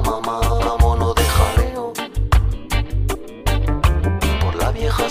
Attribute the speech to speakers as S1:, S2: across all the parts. S1: mamá, vámonos de jaleo. Por la vieja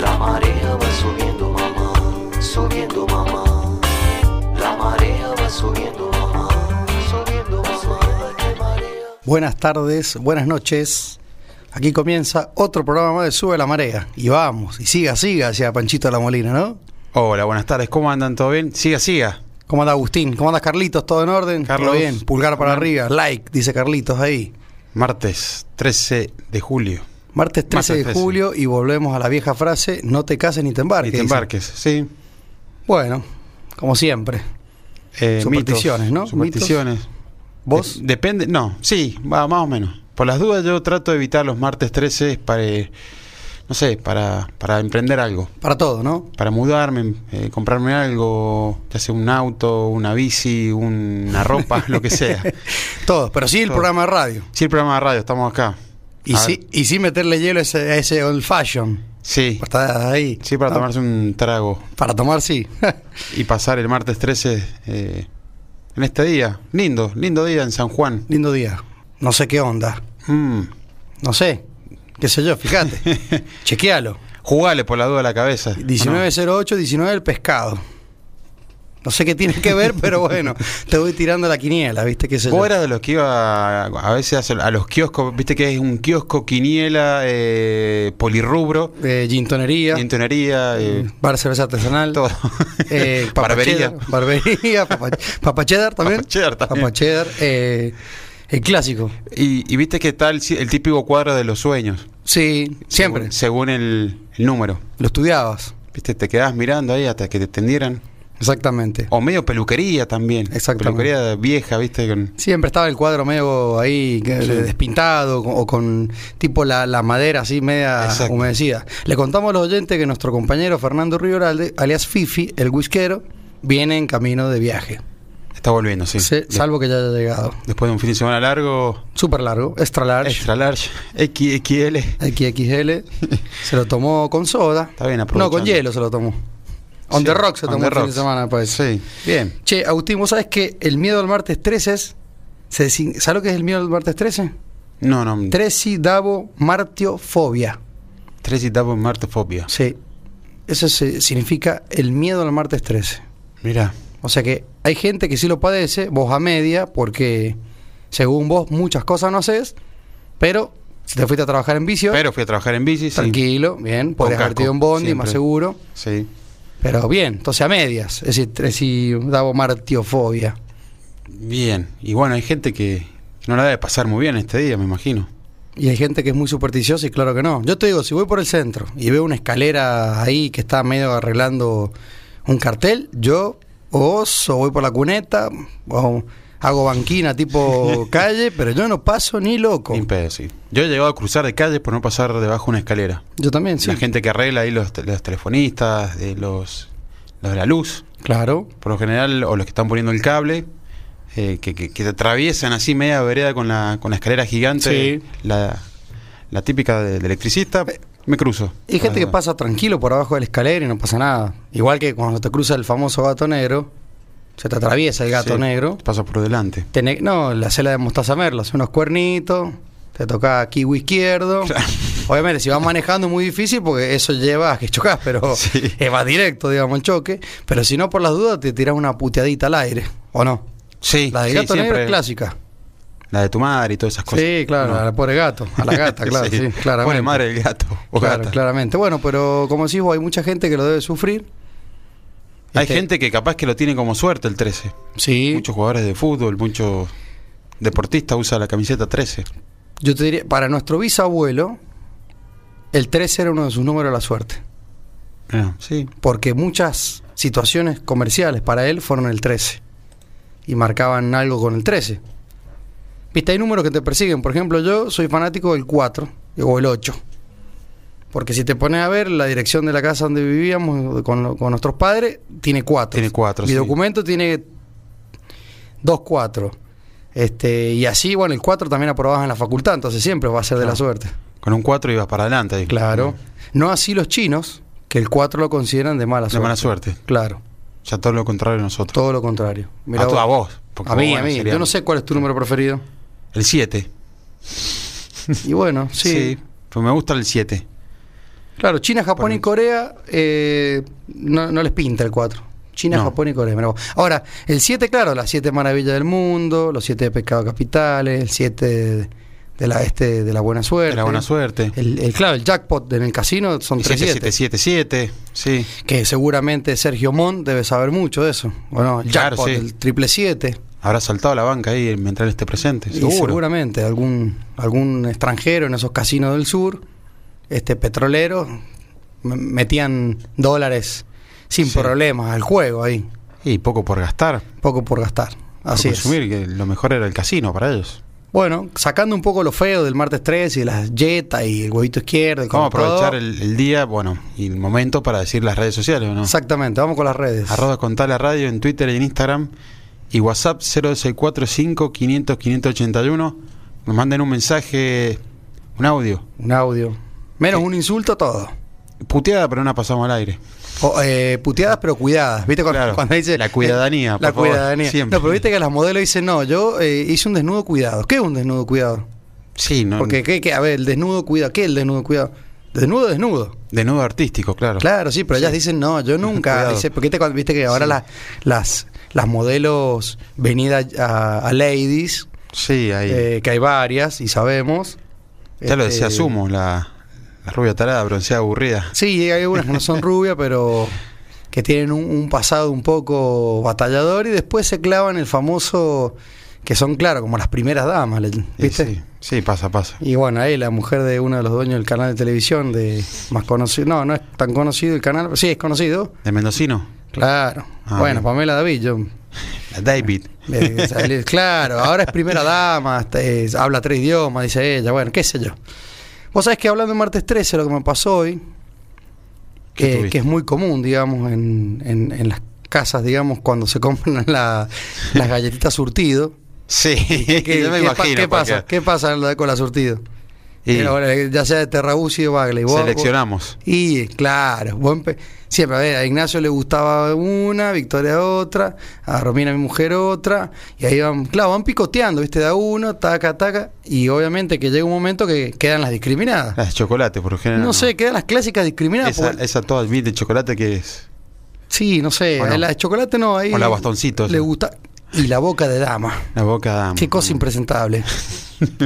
S1: La marea va subiendo mamá. Subiendo mamá. La marea va subiendo mamá. Subiendo mamá. al que marea.
S2: Buenas tardes, buenas noches. Aquí comienza otro programa más de Sube la Marea. Y vamos, y siga, siga hacia Panchito de la Molina, ¿no?
S3: Hola, buenas tardes. ¿Cómo andan? ¿Todo bien? Siga, siga.
S2: ¿Cómo anda Agustín? ¿Cómo andas Carlitos? ¿Todo en orden?
S3: Carlos.
S2: Todo bien, pulgar para arriba, like, dice Carlitos ahí.
S3: Martes 13 de julio.
S2: Martes 13 de
S3: 13.
S2: julio y volvemos a la vieja frase, no te cases ni te embarques.
S3: Y te
S2: dice.
S3: embarques, sí.
S2: Bueno, como siempre.
S3: Eh,
S2: Supersticiones, ¿no?
S3: Supersticiones.
S2: ¿Vos?
S3: De- depende, no, sí, va más o menos. Por las dudas yo trato de evitar los martes 13 para, eh, no sé, para, para emprender algo.
S2: Para todo, ¿no?
S3: Para mudarme, eh, comprarme algo, ya sea un auto, una bici, una ropa, lo que sea.
S2: Todo, pero sí el
S3: Todo.
S2: programa de radio.
S3: Sí, el programa de radio, estamos acá.
S2: Y
S3: A
S2: sí,
S3: ver,
S2: y sí meterle hielo a ese, a ese old fashion.
S3: Sí,
S2: Está ahí.
S3: sí, para
S2: ¿no?
S3: tomarse un trago.
S2: Para tomar, sí.
S3: y pasar el martes 13 eh, en este día. Lindo, lindo día en San Juan.
S2: Lindo día. No sé qué onda.
S3: Mm.
S2: No sé. Qué sé yo, fíjate. Chequealo.
S3: Jugale por la duda a la cabeza.
S2: 1908, 19 el pescado. No sé qué tiene que ver, pero bueno, te voy tirando la quiniela, ¿viste? ¿Qué sé
S3: ¿O no?
S2: yo?
S3: Vos eras de los que iba a, a veces a, a los kioscos, viste que es un kiosco, quiniela, eh, polirrubro,
S2: Eh, gintonería,
S3: tintonería, eh,
S2: bar cerveza artesanal,
S3: todo.
S2: eh, papa
S3: Barbería.
S2: cheddar, barbería, papa, papa cheddar también.
S3: Papa cheddar también.
S2: Papa cheddar, eh, el clásico.
S3: Y, y viste que está el, ci- el típico cuadro de los sueños.
S2: Sí, siempre.
S3: Según, según el, el número.
S2: Lo estudiabas.
S3: Viste, te quedás mirando ahí hasta que te tendieran.
S2: Exactamente.
S3: O medio peluquería también.
S2: Exactamente.
S3: Peluquería vieja, viste. Con,
S2: Siempre estaba el cuadro medio ahí que-
S3: Sí.
S2: despintado o con tipo la, la madera así media
S3: Exacto.
S2: humedecida. Le contamos a los oyentes que nuestro compañero Fernando Rioralde, alias Fifi, el whiskero, viene en camino de viaje.
S3: Está volviendo, sí.
S2: Se-
S3: Después-
S2: salvo que ya haya llegado.
S3: Después de un fin de semana largo,
S2: Súper largo, extra large,
S3: extra large, XXL.
S2: XXL. se lo tomó con soda.
S3: Está bien,
S2: No, con
S3: aprovechando.
S2: hielo se lo tomó. On
S3: Sí,
S2: the rock se
S3: on
S2: tomó
S3: the
S2: el fin de
S3: rocks.
S2: semana, pues.
S3: Sí, bien.
S2: Che, Agustín, ¿vos sabés que el miedo al martes 13 es... se desin- ¿Sabés lo que es el miedo al martes 13?
S3: No, no.
S2: Tresidavo martiofobia.
S3: Tres y tapo en martofobia.
S2: Sí. Eso se- significa el miedo al martes 13.
S3: Mira,
S2: O sea que hay gente que sí lo padece, vos a media, porque según vos muchas cosas no haces, pero si te fuiste a trabajar en vicio,
S3: pero fui a trabajar en bici. sí.
S2: tranquilo, bien, podrías haber
S3: casco,
S2: ido en bondi,
S3: siempre.
S2: más seguro,
S3: Sí.
S2: pero bien, entonces a medias, es decir, tresidavo martiofobia.
S3: Bien. Y bueno, hay gente que, que no la debe pasar muy bien este día, me imagino.
S2: Y hay gente que es muy supersticiosa y claro que no. Yo te digo, si voy por el centro y veo una escalera ahí que está medio arreglando un cartel, yo o oso, voy por la cuneta, o hago banquina tipo calle, pero yo no paso ni loco.
S3: Ni en pedo, sí. Yo he llegado a cruzar de calle por no pasar debajo de una escalera.
S2: Yo también, sí.
S3: La gente que arregla ahí los, te- los telefonistas, de los, los de la luz,
S2: Claro.
S3: por lo general, o los que están poniendo el cable, eh, que, que- que te atraviesan así media vereda con la, con la escalera gigante,
S2: Sí.
S3: la, la típica de- del electricista, me cruzo.
S2: Hay gente
S3: Ah.
S2: que pasa tranquilo por abajo de la escalera y no pasa nada. Igual que cuando te cruza el famoso gato negro, se te atraviesa el gato
S3: Sí,
S2: negro.
S3: Pasa por delante.
S2: Tené- no, la cela de mostaza merla, hace unos cuernitos, te toca kiwi izquierdo. Obviamente, si vas manejando muy difícil, porque eso lleva a que chocas, pero
S3: Sí.
S2: eh, vas directo, digamos, el choque. Pero si no, por las dudas, te tiras una puteadita al aire, ¿o no?
S3: Sí,
S2: La del
S3: sí,
S2: gato negro
S3: siempre.
S2: es clásica.
S3: La de tu madre y todas esas cosas.
S2: Sí, claro,
S3: No.
S2: al pobre gato, a la gata, claro, sí, claramente.
S3: Pobre madre el gato o
S2: Claro,
S3: gata.
S2: claramente. Bueno, pero como decís vos, hay mucha gente que lo debe sufrir.
S3: Hay
S2: Este,
S3: gente que capaz que lo tiene como suerte el 13.
S2: Sí.
S3: Muchos jugadores de fútbol, muchos deportistas usan la camiseta 13.
S2: Yo te diría, para nuestro bisabuelo, el 13 era uno de sus números de la suerte.
S3: Ah, sí.
S2: Porque muchas situaciones comerciales para él fueron el 13. Y marcaban algo con el 13. Viste, hay números que te persiguen. Por ejemplo, yo soy fanático del 4 o el 8. Porque si te pones a ver, la dirección de la casa donde vivíamos con, lo- con nuestros padres tiene 4.
S3: Tiene cuatro,
S2: Mi
S3: sí.
S2: documento tiene 2, 4. Este, y así, bueno, el 4 también aprobabas en la facultad, entonces siempre va a ser de la
S3: Claro.
S2: suerte.
S3: Con un 4 ibas para adelante. ahí.
S2: Claro. No así los chinos, que el 4 lo consideran de mala
S3: De
S2: suerte.
S3: mala suerte.
S2: Claro,
S3: Ya todo lo contrario de nosotros.
S2: todo lo contrario. Mirá
S3: a, tu- a vos. porque
S2: A
S3: vos,
S2: mí,
S3: bueno,
S2: a mí.
S3: sería
S2: Yo no sé cuál es tu número preferido.
S3: El 7.
S2: Y bueno, sí.
S3: Pues me gusta el 7.
S2: Claro, China, Japón y
S3: Ponele.
S2: Corea eh, no, no les pinta el 4. China,
S3: No.
S2: Japón y Corea. mirá vos. Ahora, el 7, claro, las 7 maravillas del mundo, los 7 de pecados capitales, el 7 de, de la, este, de la buena suerte.
S3: Era buena suerte.
S2: El, el- claro, el jackpot en el casino son
S3: El
S2: 3
S3: 7,
S2: 7.
S3: 7, 7. Sí.
S2: Que seguramente Sergio Mont debe saber mucho de eso. Bueno, el
S3: Claro,
S2: jackpot,
S3: sí.
S2: el triple 7.
S3: Habrá saltado la banca ahí mientras él esté presente.
S2: Y
S3: Seguro.
S2: seguramente algún, algún extranjero en esos casinos del sur, este petrolero, me- metían dólares sin
S3: Sí.
S2: problemas al juego ahí,
S3: Y poco por gastar.
S2: poco por gastar. Así
S3: por
S2: es.
S3: consumir, que lo mejor era el casino para ellos.
S2: Bueno, sacando un poco lo feo del martes 3 y las jetas y el huevito izquierdo. y
S3: Vamos a
S2: con todo.
S3: aprovechar el, el día, bueno, y el momento para decir las redes sociales, ¿o ¿no?
S2: Exactamente, vamos con las redes.
S3: Arroba Contala Radio en Twitter y en Instagram. Y WhatsApp 0645 500 581. Nos manden un mensaje, un audio.
S2: Un audio. Menos un insulto, todo.
S3: Puteada, pero no la pasamos al aire.
S2: O, eh, puteadas pero cuidadas, ¿viste? Cuando,
S3: Claro,
S2: cuando dice...
S3: la cuidadanía, por
S2: La
S3: favor,
S2: cuidadanía.
S3: siempre.
S2: No, pero viste que las modelos dicen, no, yo eh, hice un desnudo cuidado. ¿Qué es un desnudo cuidado?
S3: Sí, no.
S2: Porque, ¿qué, qué? A ver, el desnudo cuidado. ¿Qué es el desnudo cuidado? Desnudo, desnudo.
S3: De nudo artístico, claro.
S2: Claro, sí, pero ellas dicen, no, yo nunca.
S3: Cuidado.
S2: Dice, porque te- viste que ahora
S3: Sí.
S2: las, las, las modelos venidas a, a ladies,
S3: Sí, ahí.
S2: eh, que hay varias y sabemos.
S3: ya lo
S2: este,
S3: decía Sumo, la, la rubia tarada, bronceada, aburrida.
S2: Sí, hay algunas que no son rubias, pero que tienen un, un pasado un poco batallador y después se clavan el famoso, que son, claro, como las primeras damas, le-
S3: Y
S2: ¿viste?
S3: Sí, sí, pasa, pasa.
S2: Y bueno, ahí la mujer de uno de los dueños del canal de televisión, de más conocido, no, no es tan conocido el canal, pero sí es conocido.
S3: De Mendocino,
S2: Claro.
S3: Ah,
S2: bueno,
S3: bien.
S2: Pamela David, yo.
S3: la David.
S2: eh, salí- claro, ahora es primera dama, hasta es- habla tres idiomas, dice ella, bueno, qué sé yo. Vos sabés que hablando de martes 13, lo que me pasó hoy,
S3: ¿Qué
S2: que,
S3: tuviste?
S2: que es muy común, digamos, en, en- en las casas, digamos, cuando se compran la- las galletitas surtido.
S3: Sí,
S2: ¿Qué,
S3: yo me
S2: qué pa-
S3: imagino.
S2: qué
S3: porque-
S2: pasa? ¿Qué pasa con la surtido?
S3: Y
S2: Pero, bueno, ya sea de Terrabusi o Bagley. vos- vos-
S3: seleccionamos.
S2: Y claro, buen pe- siempre, a ver, a Ignacio le gustaba una, Victoria otra, a Romina mi mujer otra, y ahí van, claro, van picoteando, viste, da uno, taca, taca, y obviamente que llega un momento que quedan las discriminadas.
S3: Las de chocolate, por lo general.
S2: No sé, quedan las clásicas discriminadas.
S3: Esa,
S2: porque-
S3: esa toda mil de chocolate que es.
S2: sí, no sé,
S3: ¿O no?
S2: la de chocolate no, ahí
S3: O la bastoncito esa.
S2: le gusta. Y la boca de dama.
S3: La boca dama.
S2: Qué cosa impresentable.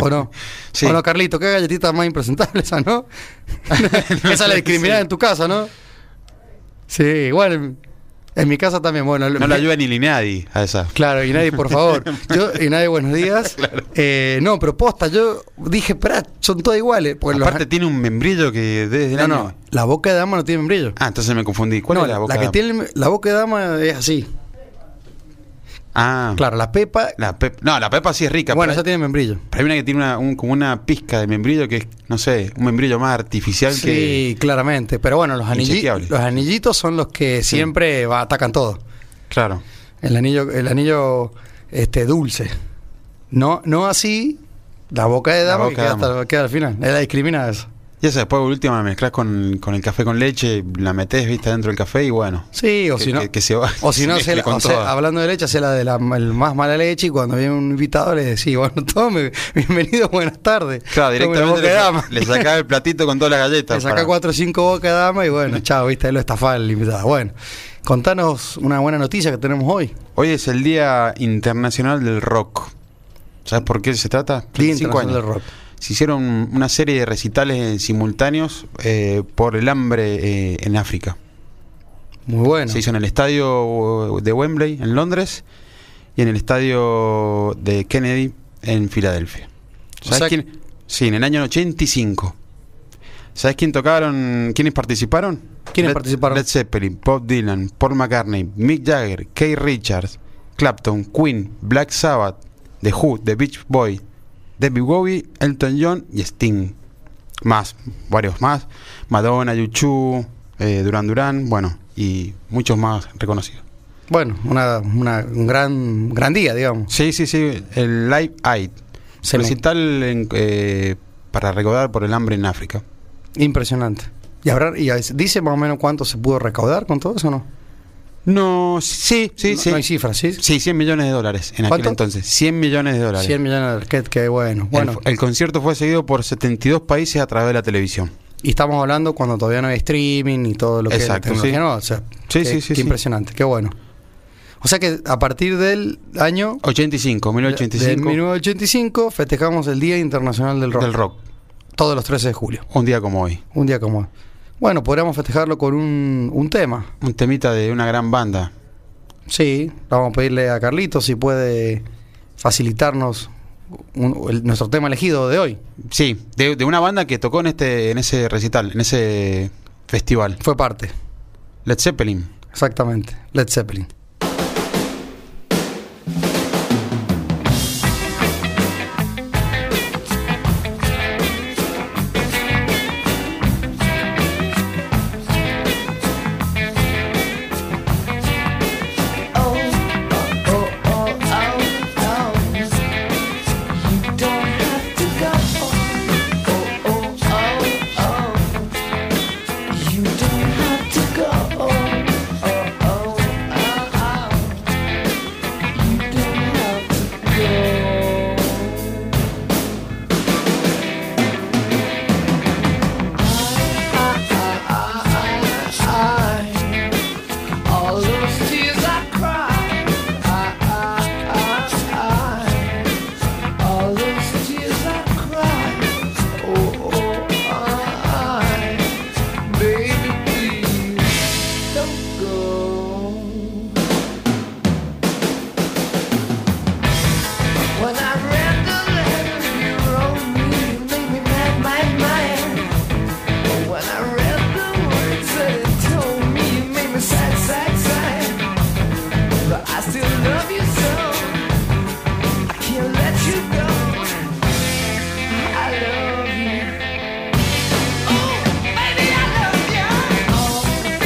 S2: ¿O no?
S3: Sí.
S2: ¿O no, Carlito? ¿Qué galletita más impresentable esa, no? esa la discriminada
S3: Sí.
S2: en tu casa, ¿no? Sí, bueno, en- en mi casa también. Bueno,
S3: No la ayuda ni Linadi a esa.
S2: Claro, y nadie, por favor. Yo, y nadie, buenos días. Eh, no, pero posta, yo dije, pará, son todas iguales. Porque los-
S3: Aparte tiene un membrillo que desde
S2: no,
S3: el
S2: no,
S3: año-
S2: la boca de dama no tiene membrillo.
S3: Ah, entonces me confundí. ¿Cuál
S2: No,
S3: es la boca
S2: que
S3: dama?
S2: tiene la boca de dama es así.
S3: Ah,
S2: Claro, la pepa.
S3: La pep- No, la pepa sí es rica.
S2: bueno,
S3: pero,
S2: esa tiene membrillo.
S3: pero hay una que tiene una, un- como una pizca de membrillo que es, no sé, un membrillo más artificial que.
S2: Sí, claramente. Pero bueno, los, anilli-
S3: Inchequeable.
S2: los anillitos son los que siempre va- atacan todo.
S3: Claro.
S2: El anillo, el anillo este, dulce. No, no así la boca de
S3: La
S2: dama que
S3: boca
S2: queda,
S3: de dama.
S2: hasta- queda al final. Es la discriminada esa.
S3: Y esa después, última, la mezclas con, con el café con leche, la metes, viste, dentro del café y bueno.
S2: Sí, o
S3: Que-
S2: si no.
S3: que- que se va-
S2: o si
S3: se
S2: no,
S3: mezcle
S2: se la-
S3: con
S2: o sea,
S3: todo.
S2: hablando de leche, se la de la el más mala leche y cuando viene un invitado le decís, bueno, tome, bienvenido, buenas tardes.
S3: Claro,
S2: Tome la
S3: directamente
S2: boca de dama.
S3: le, le sacás el platito con todas las galletas.
S2: Le saca
S3: para-
S2: cuatro o cinco boca de dama y bueno, chao, viste, ahí lo estafa el invitado. Bueno, contanos una buena noticia que tenemos hoy.
S3: Hoy es el Día Internacional del Rock. ¿Sabes por qué se trata?
S2: Día
S3: 35
S2: Internacional del
S3: años.
S2: Rock.
S3: Se hicieron una serie de recitales simultáneos eh, por el hambre eh, en África.
S2: Muy bueno.
S3: Se hizo en el estadio de Wembley en Londres y en el estadio de Kennedy en Filadelfia.
S2: O
S3: ¿Sabes
S2: sea-
S3: quién? Sí, en el año 85. ¿Sabes quién tocaron? ¿Quiénes participaron?
S2: ¿Quiénes participaron?
S3: Led Zeppelin, Bob Dylan, Paul McCartney, Mick Jagger, Keith Richards, Clapton, Queen, Black Sabbath, The Who, The Beach Boy, David Bowie, Elton John y Sting. Más, varios más. Madonna, Yuchu, eh, Duran Duran, bueno, y muchos más reconocidos.
S2: Bueno, una, una- un gran, gran día, digamos.
S3: Sí, sí, sí, el Live Aid.
S2: Se me-
S3: recital en- eh, para recordar por el hambre en África.
S2: Impresionante. Y habrá, y a veces- dice más o menos cuánto se pudo recaudar con todo eso, o ¿no?
S3: No, sí, sí,
S2: no,
S3: sí.
S2: no hay cifras, ¿sí?
S3: Sí, 100 millones de dólares en
S2: ¿Cuánto?
S3: aquel entonces. 100 millones de dólares.
S2: 100 millones de arquet, qué bueno. Bueno,
S3: el, el concierto fue seguido por 72 países a través de la televisión.
S2: y estamos hablando cuando todavía no hay streaming y todo lo que
S3: Exacto,
S2: es la tecnología,
S3: sí.
S2: ¿no? O sea,
S3: Sí,
S2: qué-
S3: sí, sí,
S2: qué
S3: sí.
S2: impresionante, qué bueno. O sea que a partir del año
S3: 85,
S2: de
S3: 1985
S2: 1985 festejamos el Día Internacional del Rock.
S3: del rock.
S2: Todos los 13 de julio,
S3: Un día como hoy.
S2: un día como hoy. Bueno, podríamos festejarlo con un, un tema.
S3: Un temita de una gran banda.
S2: Sí, vamos a pedirle a Carlitos si puede facilitarnos un- el- nuestro tema elegido de hoy.
S3: Sí, de, de una banda que tocó en este en ese recital, en ese festival.
S2: Fue parte,
S3: Led Zeppelin.
S2: exactamente, Led Zeppelin.
S4: Oh, oh, oh, oh, oh. You don't have to go. Oh, oh, oh, oh. You don't have to go. Oh, oh, oh, oh. You don't have to go. I, I, I, I, I. All those tears I cried, I, I, I, I. All those tears I cried, oh, oh, I, I. Baby, please don't go. When I read the letter you wrote me, you made me mad, mad, mad. But when I read the words that it told me, it made me sad, sad, sad. But I still love you so. I can't let you go. I love you. Oh, baby, I love you. Oh,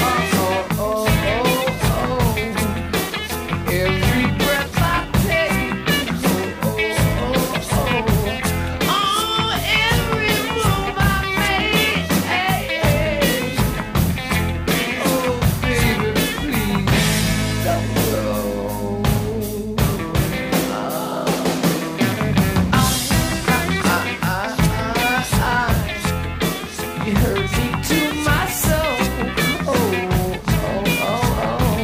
S4: oh, oh, oh, oh, oh. Every breath I take. Oh, oh, oh, oh. Oh, every move I make, oh baby, please don't go. You hurt me to my soul. Oh, oh, oh, oh.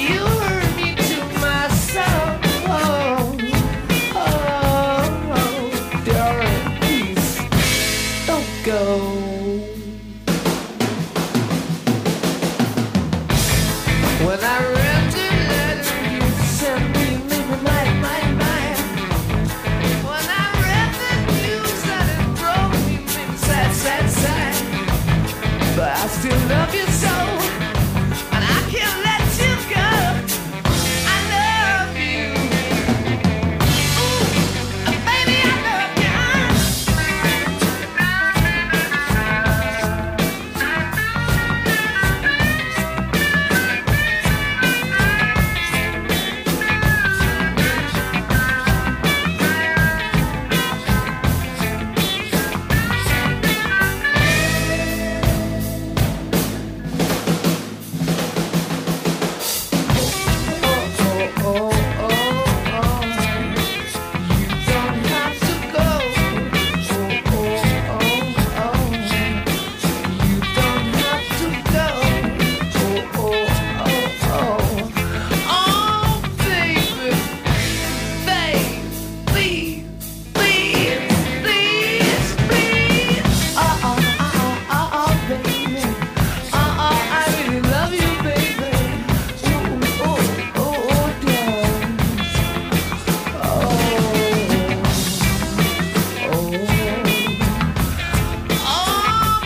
S4: You hurt me to my soul. Oh, darling, please don't go. When I read the letter you sent me, it made me mad, mad, mad. When I read the news that it broke me, it made me sad, sad, sad. But I still love you so, and I can't let you go. I love you. Ooh, baby, I love you. Oh, Oh, Oh, Oh,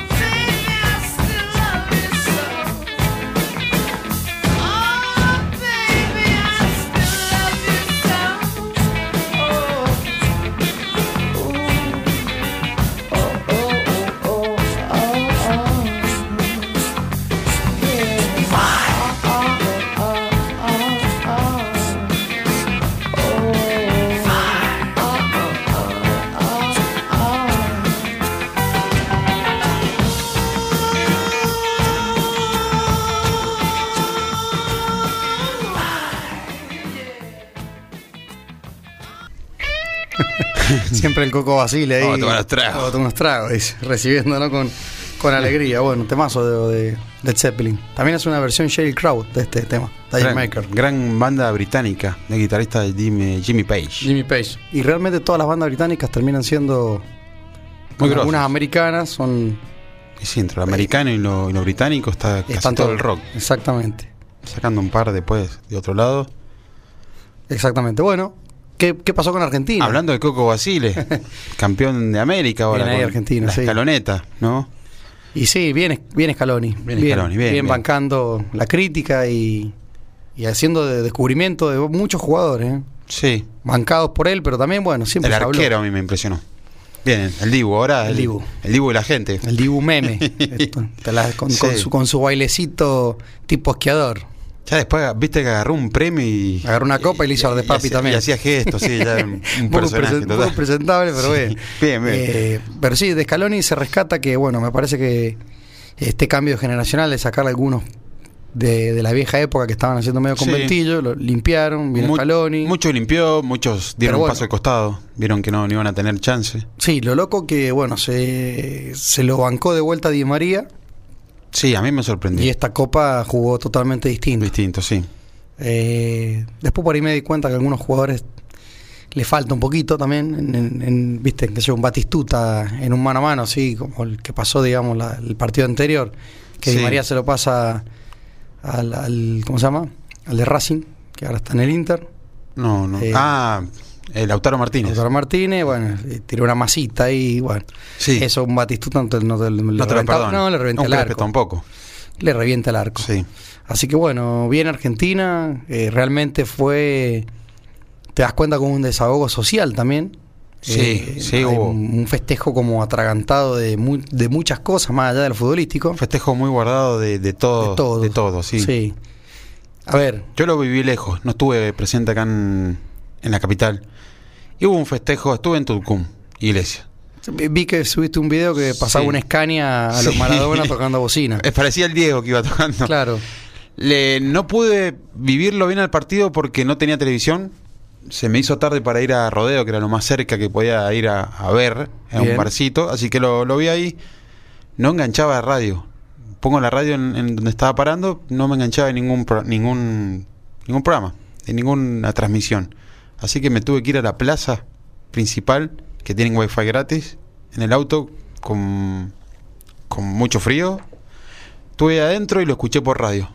S2: Siempre el coco Basile ahí.
S3: Vamos a tomar unos tragos.
S2: Vamos a tomar unos tragos, dice, recibiéndonos con, con alegría. Bueno, temazo de, de Led Zeppelin. También es una versión Sheryl Crow de este tema, Tire
S3: Gran,
S2: Maker.
S3: gran banda británica de guitarrista de Jimmy, Jimmy Page.
S2: Jimmy Page. Y realmente todas las bandas británicas terminan siendo.
S3: Muy grosos.
S2: Algunas americanas son.
S3: Sí, entre lo americano y lo, y lo británico está casi
S2: están
S3: todo
S2: todo-
S3: el rock.
S2: Exactamente.
S3: Sacando un par después de otro lado.
S2: Exactamente. Bueno, ¿qué, qué pasó con Argentina?
S3: Hablando de Coco Basile, campeón de América ahora.
S2: Bien ahí,
S3: con
S2: Argentina,
S3: la
S2: sí.
S3: escaloneta, ¿no?
S2: Y sí, bien, bien Scaloni. Bien,
S3: Scaloni, bien, bien.
S2: bancando la crítica y, y haciendo de descubrimiento de muchos jugadores. ¿eh?
S3: Sí.
S2: Bancados por él, pero también, bueno, siempre
S3: El
S2: se habló.
S3: arquero a mí me impresionó. Bien, el Dibu, ahora
S2: El
S3: el,
S2: Dibu.
S3: el Dibu y la gente.
S2: El Dibu Meme. Esto, te la- con, con
S3: Sí.
S2: su, con su bailecito tipo esquiador.
S3: Ya después viste que agarró un premio y.
S2: Agarró una copa y le hizo al de papi
S3: hacía-
S2: también.
S3: Y hacía gestos, sí, ya un, un
S2: poco,
S3: personaje
S2: presen-
S3: total.
S2: poco presentable, pero
S3: Sí,
S2: bueno.
S3: bien, bien.
S2: Eh, pero sí, de Scaloni se rescata que, bueno, me parece que este cambio generacional de sacar algunos de, de la vieja época que estaban haciendo medio
S3: Sí.
S2: conventillo, lo limpiaron, vino
S3: Mu-
S2: Scaloni.
S3: Muchos limpió, muchos dieron
S2: Pero
S3: un
S2: bueno.
S3: paso al costado. Vieron que no, no iban a tener chance.
S2: Sí, lo loco que, bueno, se, se lo bancó de vuelta a Di María
S3: Sí, a mí me
S2: y
S3: sorprendió.
S2: esta copa jugó totalmente distinto.
S3: Distinto, sí.
S2: Eh, después por ahí me di cuenta que a algunos jugadores le falta un poquito también, en, en- en, viste, que sé yo, un Batistuta en un mano a mano, así como el que pasó, digamos, la- el partido anterior, que Di
S3: Sí.
S2: María se lo pasa al, al- ¿cómo se llama? Al de Racing, que ahora está en el Inter,
S3: No, no.
S2: Eh,
S3: ah, el Lautaro Martínez.
S2: Lautaro Martínez, bueno, eh, tiró una masita ahí, bueno,
S3: sí.
S2: eso un Batistuta no te, no te- le
S3: no te lo
S2: reventa-
S3: perdono.
S2: no, le revienta
S3: Un
S2: el
S3: césped
S2: arco,
S3: tampoco.
S2: le revienta el arco.
S3: Sí.
S2: Así que bueno, bien Argentina, eh, realmente fue, te das cuenta como un desahogo social también. Eh,
S3: Sí, sí,
S2: hay
S3: hubo.
S2: un un festejo como atragantado de, mu- de muchas cosas más allá del futbolístico.
S3: Un festejo muy guardado de, de todo.
S2: de todo.
S3: De todo, sí.
S2: A ver,
S3: Yo lo viví lejos, no estuve presente acá en, en la capital. Y hubo un festejo, estuve en Tulcum, iglesia.
S2: vi que subiste un video que pasaba
S3: Sí.
S2: una escaña a los
S3: Sí.
S2: Maradona tocando bocina.
S3: Eh, Parecía el Diego que iba tocando.
S2: Claro.
S3: Le, no pude vivirlo bien al partido porque no tenía televisión. Se me hizo tarde para ir a Rodeo, que era lo más cerca que podía ir a, a ver, en
S2: Bien.
S3: un barcito. Así que lo, lo vi ahí. No enganchaba la radio. Pongo la radio en, en donde estaba parando, no me enganchaba en ningún, pro- ningún, ningún programa, en ninguna transmisión. Así que me tuve que ir a la plaza principal, que tienen wifi gratis, en el auto, con, con mucho frío. Estuve adentro y lo escuché por radio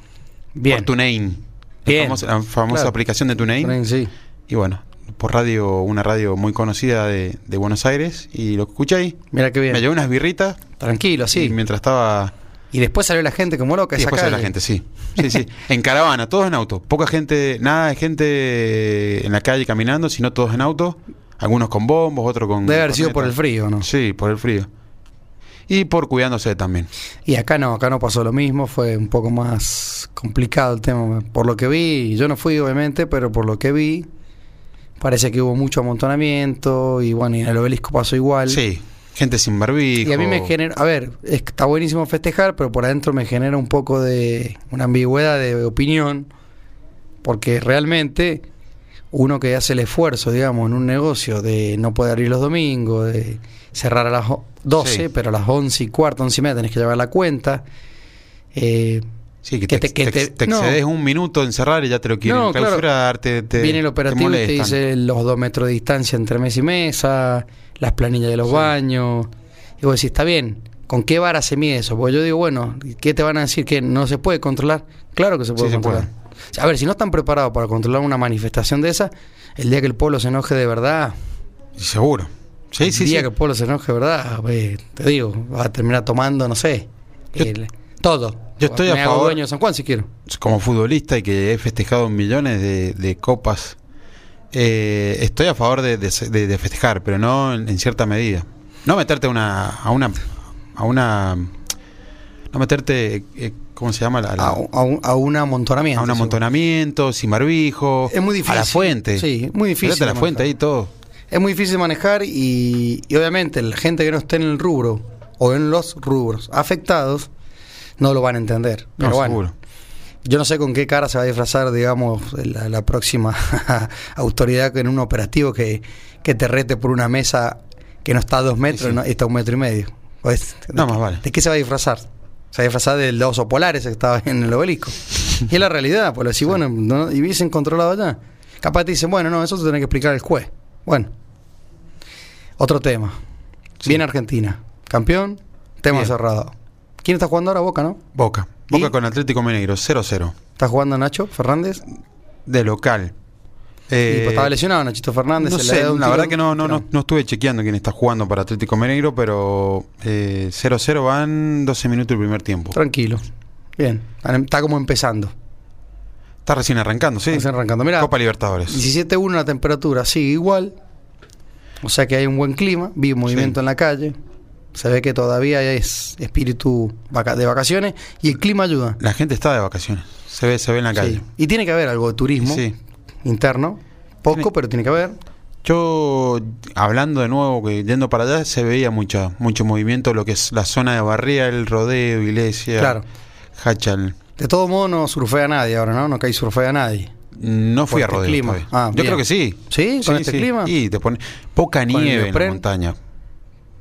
S2: Bien.
S3: por TuneIn.
S2: Bien.
S3: La famosa, la famosa
S2: Claro.
S3: aplicación de TuneIn.
S2: Tren, Sí.
S3: Y bueno, por radio, una radio muy conocida de, de Buenos Aires. Y lo escuché ahí.
S2: Mira qué
S3: Me
S2: bien.
S3: llevé unas birritas.
S2: Tranquilo,
S3: Y
S2: sí.
S3: mientras estaba.
S2: Y después salió la gente como loca.
S3: y
S2: esa
S3: después salió la
S2: calle.
S3: gente, sí. Sí, sí. En caravana, todos en auto. Poca gente, nada de gente en la calle caminando, sino todos en auto. Algunos con bombos, otros con.
S2: Debe haber sido por el
S3: cornetas.
S2: frío, ¿no?
S3: Sí, por el frío. Y por cuidándose también.
S2: Y acá no, acá no pasó lo mismo, fue un poco más complicado el tema. Por lo que vi, yo no fui obviamente, pero por lo que vi, parece que hubo mucho amontonamiento y bueno, y en el obelisco pasó igual.
S3: Sí. Gente sin barbijo.
S2: Y a mí me genera, a ver, es- está buenísimo festejar, pero por adentro me genera un poco de una ambigüedad de opinión, porque realmente uno que hace el esfuerzo, digamos, en un negocio de no poder abrir los domingos, de cerrar a las o- 12,
S3: Sí.
S2: pero a las 11 y cuarto, 11 y media tenés que llevar la cuenta. Eh,
S3: Sí, que,
S2: que
S3: te,
S2: te- que
S3: te-
S2: te-
S3: te
S2: no.
S3: excedes un minuto en cerrar y ya te lo quieren
S2: No, claro.
S3: clausurar, te, te-
S2: viene el
S3: Este, te
S2: operativo y te
S3: molestan.
S2: dice los dos metros de distancia entre mesa y mesa, las planillas de los
S3: Sí.
S2: baños. Y vos decís, está bien, ¿con qué vara se mide eso? Porque yo digo, bueno, ¿qué te van a decir? ¿Que no se puede controlar? Claro que se puede
S3: Sí, se
S2: controlar. A ver, si no están preparados para controlar una manifestación de esa, el día que el pueblo se enoje de verdad,
S3: Y Seguro. Sí, sí,
S2: el día
S3: sí.
S2: que el pueblo se enoje de verdad, eh, te digo, va a terminar tomando, no sé,
S3: Yo-
S2: el- todo.
S3: yo estoy a
S2: Me hago
S3: favor-
S2: dueño de San Juan si quiero.
S3: Como futbolista y que he festejado millones de, de copas, eh, estoy a favor de, de- de- de festejar, pero no en, en cierta medida. No meterte a una. A una, a una no meterte. eh, ¿Cómo se llama? La-
S2: A,
S3: la-
S2: a un, a un amontonamiento.
S3: a un
S2: seguro.
S3: amontonamiento, sin barbijo.
S2: Es muy
S3: A la
S2: difícil.
S3: fuente.
S2: Sí, muy difícil
S3: Meterte a la
S2: manejar.
S3: fuente ahí todo.
S2: Es muy difícil manejar y, y obviamente la gente que no esté en el rubro o en los rubros afectados no lo van a entender. Pero
S3: No,
S2: bueno,
S3: seguro.
S2: Yo no sé con qué cara se va a disfrazar, digamos, la, la próxima autoridad en un operativo que, que te rete por una mesa que no está a dos metros,
S3: sí.
S2: no- está a un metro y medio. Pues,
S3: No, más vale.
S2: ¿De qué se va a disfrazar? Se va a disfrazar del de oso polares que estaba en el obelisco. y es la realidad, pues si bueno, no- y hubiesen controlado allá. Capaz te dicen, bueno, no, eso te tiene que explicar el juez. Bueno. Otro tema. Viene Argentina. Campeón, tema
S3: Bien.
S2: cerrado. ¿Quién está jugando ahora? Boca, ¿no?
S3: Boca.
S2: ¿Y?
S3: Boca con Atlético Mineiro, 0-0.
S2: ¿Está jugando Nacho Fernández?
S3: De local.
S2: Y,
S3: Eh,
S2: pues, estaba lesionado Nachito Fernández.
S3: No
S2: se le
S3: sé,
S2: había dado un
S3: la
S2: tirón.
S3: verdad que no, no, no,
S2: Tirón.
S3: no estuve chequeando quién está jugando para Atlético Mineiro, pero eh, 0-0 van 12 minutos el primer tiempo.
S2: Tranquilo. Bien. Está como empezando.
S3: Está recién arrancando, sí.
S2: Está arrancando. Mirá.
S3: Copa Libertadores.
S2: 17.1 la temperatura, sigue igual. O sea que hay un buen clima. Vi movimiento
S3: Sí.
S2: en la calle. Se ve que todavía es espíritu vaca- de vacaciones. Y el clima ayuda.
S3: La gente está de vacaciones. Se ve, se ve en la
S2: Sí.
S3: calle.
S2: Y tiene que haber algo de turismo
S3: Sí.
S2: interno. Poco,
S3: Tiene-
S2: pero tiene que haber.
S3: Yo, hablando de nuevo, que yendo para allá, se veía mucha, mucho movimiento, lo que es la zona de Barría, el rodeo, Iglesia,
S2: Claro.
S3: Hachal.
S2: De todo modo, no surfea a nadie ahora, ¿no? No cae surfea a nadie.
S3: No
S2: Por
S3: fui a
S2: este
S3: rodeo.
S2: clima.
S3: todavía.
S2: Ah,
S3: Yo
S2: bien.
S3: creo que sí.
S2: ¿Sí? ¿Con este clima?
S3: Y te pone poca
S2: Con el
S3: nieve en la
S2: neopren.
S3: montaña.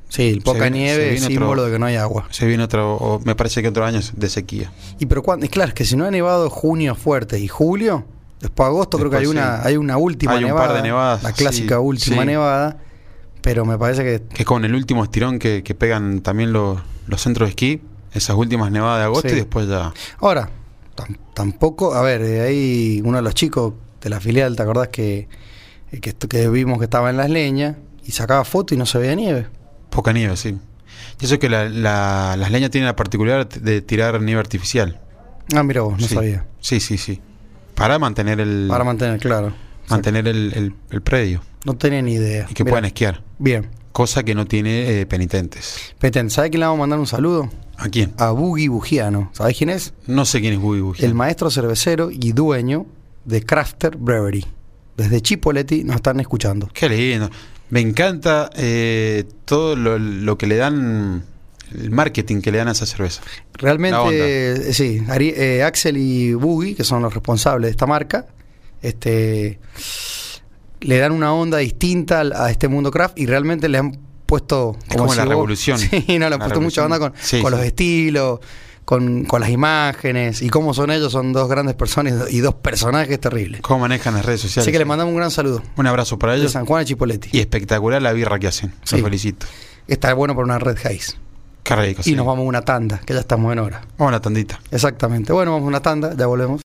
S2: Sí, el poca
S3: viene- se
S2: nieve es
S3: viene otro-
S2: símbolo de que no hay agua.
S3: Se viene otro, o me parece que otro año es de sequía.
S2: Y pero cuando, es claro, es que si no ha nevado junio fuerte y julio, después agosto creo que hay
S3: Después,
S2: una,
S3: sí.
S2: hay una última
S3: Hay un
S2: nevada.
S3: par de nevadas,
S2: La clásica
S3: sí,
S2: última
S3: sí.
S2: nevada. Pero me parece que
S3: Que es con el último estirón que, que pegan también los, los centros de esquí, esas últimas nevadas de agosto
S2: Sí.
S3: y después ya.
S2: Ahora, tam- tampoco, a ver, eh, hay uno de los chicos de la filial, ¿te acordás que, eh, que, estu- que vimos que estaba en las leñas y sacaba foto y no se veía nieve?
S3: Poca nieve, sí. Y eso que la- la- las leñas tienen la particularidad de tirar nieve artificial.
S2: Ah, mira vos, no
S3: Sí.
S2: sabía.
S3: Sí, sí, sí. Para mantener el
S2: Para mantener claro.
S3: mantener el, el- el predio
S2: No tenía ni idea.
S3: y que
S2: Mirá.
S3: puedan esquiar,
S2: Bien.
S3: cosa que no tiene eh, penitentes.
S2: Petén, ¿sabés quién le vamos a mandar un saludo?
S3: ¿A quién?
S2: A Bugi Bugiano. ¿Sabés quién es?
S3: No sé quién es Bugi Bugi.
S2: Ah. El maestro cervecero y dueño de Crafter Brewery. Desde Chipoletti nos están escuchando.
S3: Qué lindo. Me encanta eh, todo lo, lo que le dan, el marketing que le dan a esa cerveza. La onda.
S2: Realmente, eh, sí, Ari- eh, Axel y Boogie, que son los responsables de esta marca, este, le dan una onda distinta al- a este mundo craft y realmente le han puesto...
S3: como la
S2: vos-
S3: revolución.
S2: Sí, no, le
S3: La
S2: han puesto mucha
S3: revolución.
S2: onda con,
S3: Sí,
S2: con
S3: sí.
S2: los estilos, con, con las imágenes y cómo son ellos, son dos grandes personas y dos personajes terribles.
S3: Cómo manejan las redes sociales.
S2: Así que les mandamos un gran saludo
S3: un abrazo para
S2: de
S3: ellos.
S2: San Juan de Chipoletti.
S3: Y espectacular la birra que hacen.
S2: Sí.
S3: Los felicito.
S2: Está bueno para una Red Haze.
S3: Qué rico.
S2: Y
S3: Pues sí.
S2: nos vamos a una tanda, que ya estamos en hora.
S3: Vamos a la tandita.
S2: Exactamente. Bueno, vamos a una tanda, ya volvemos.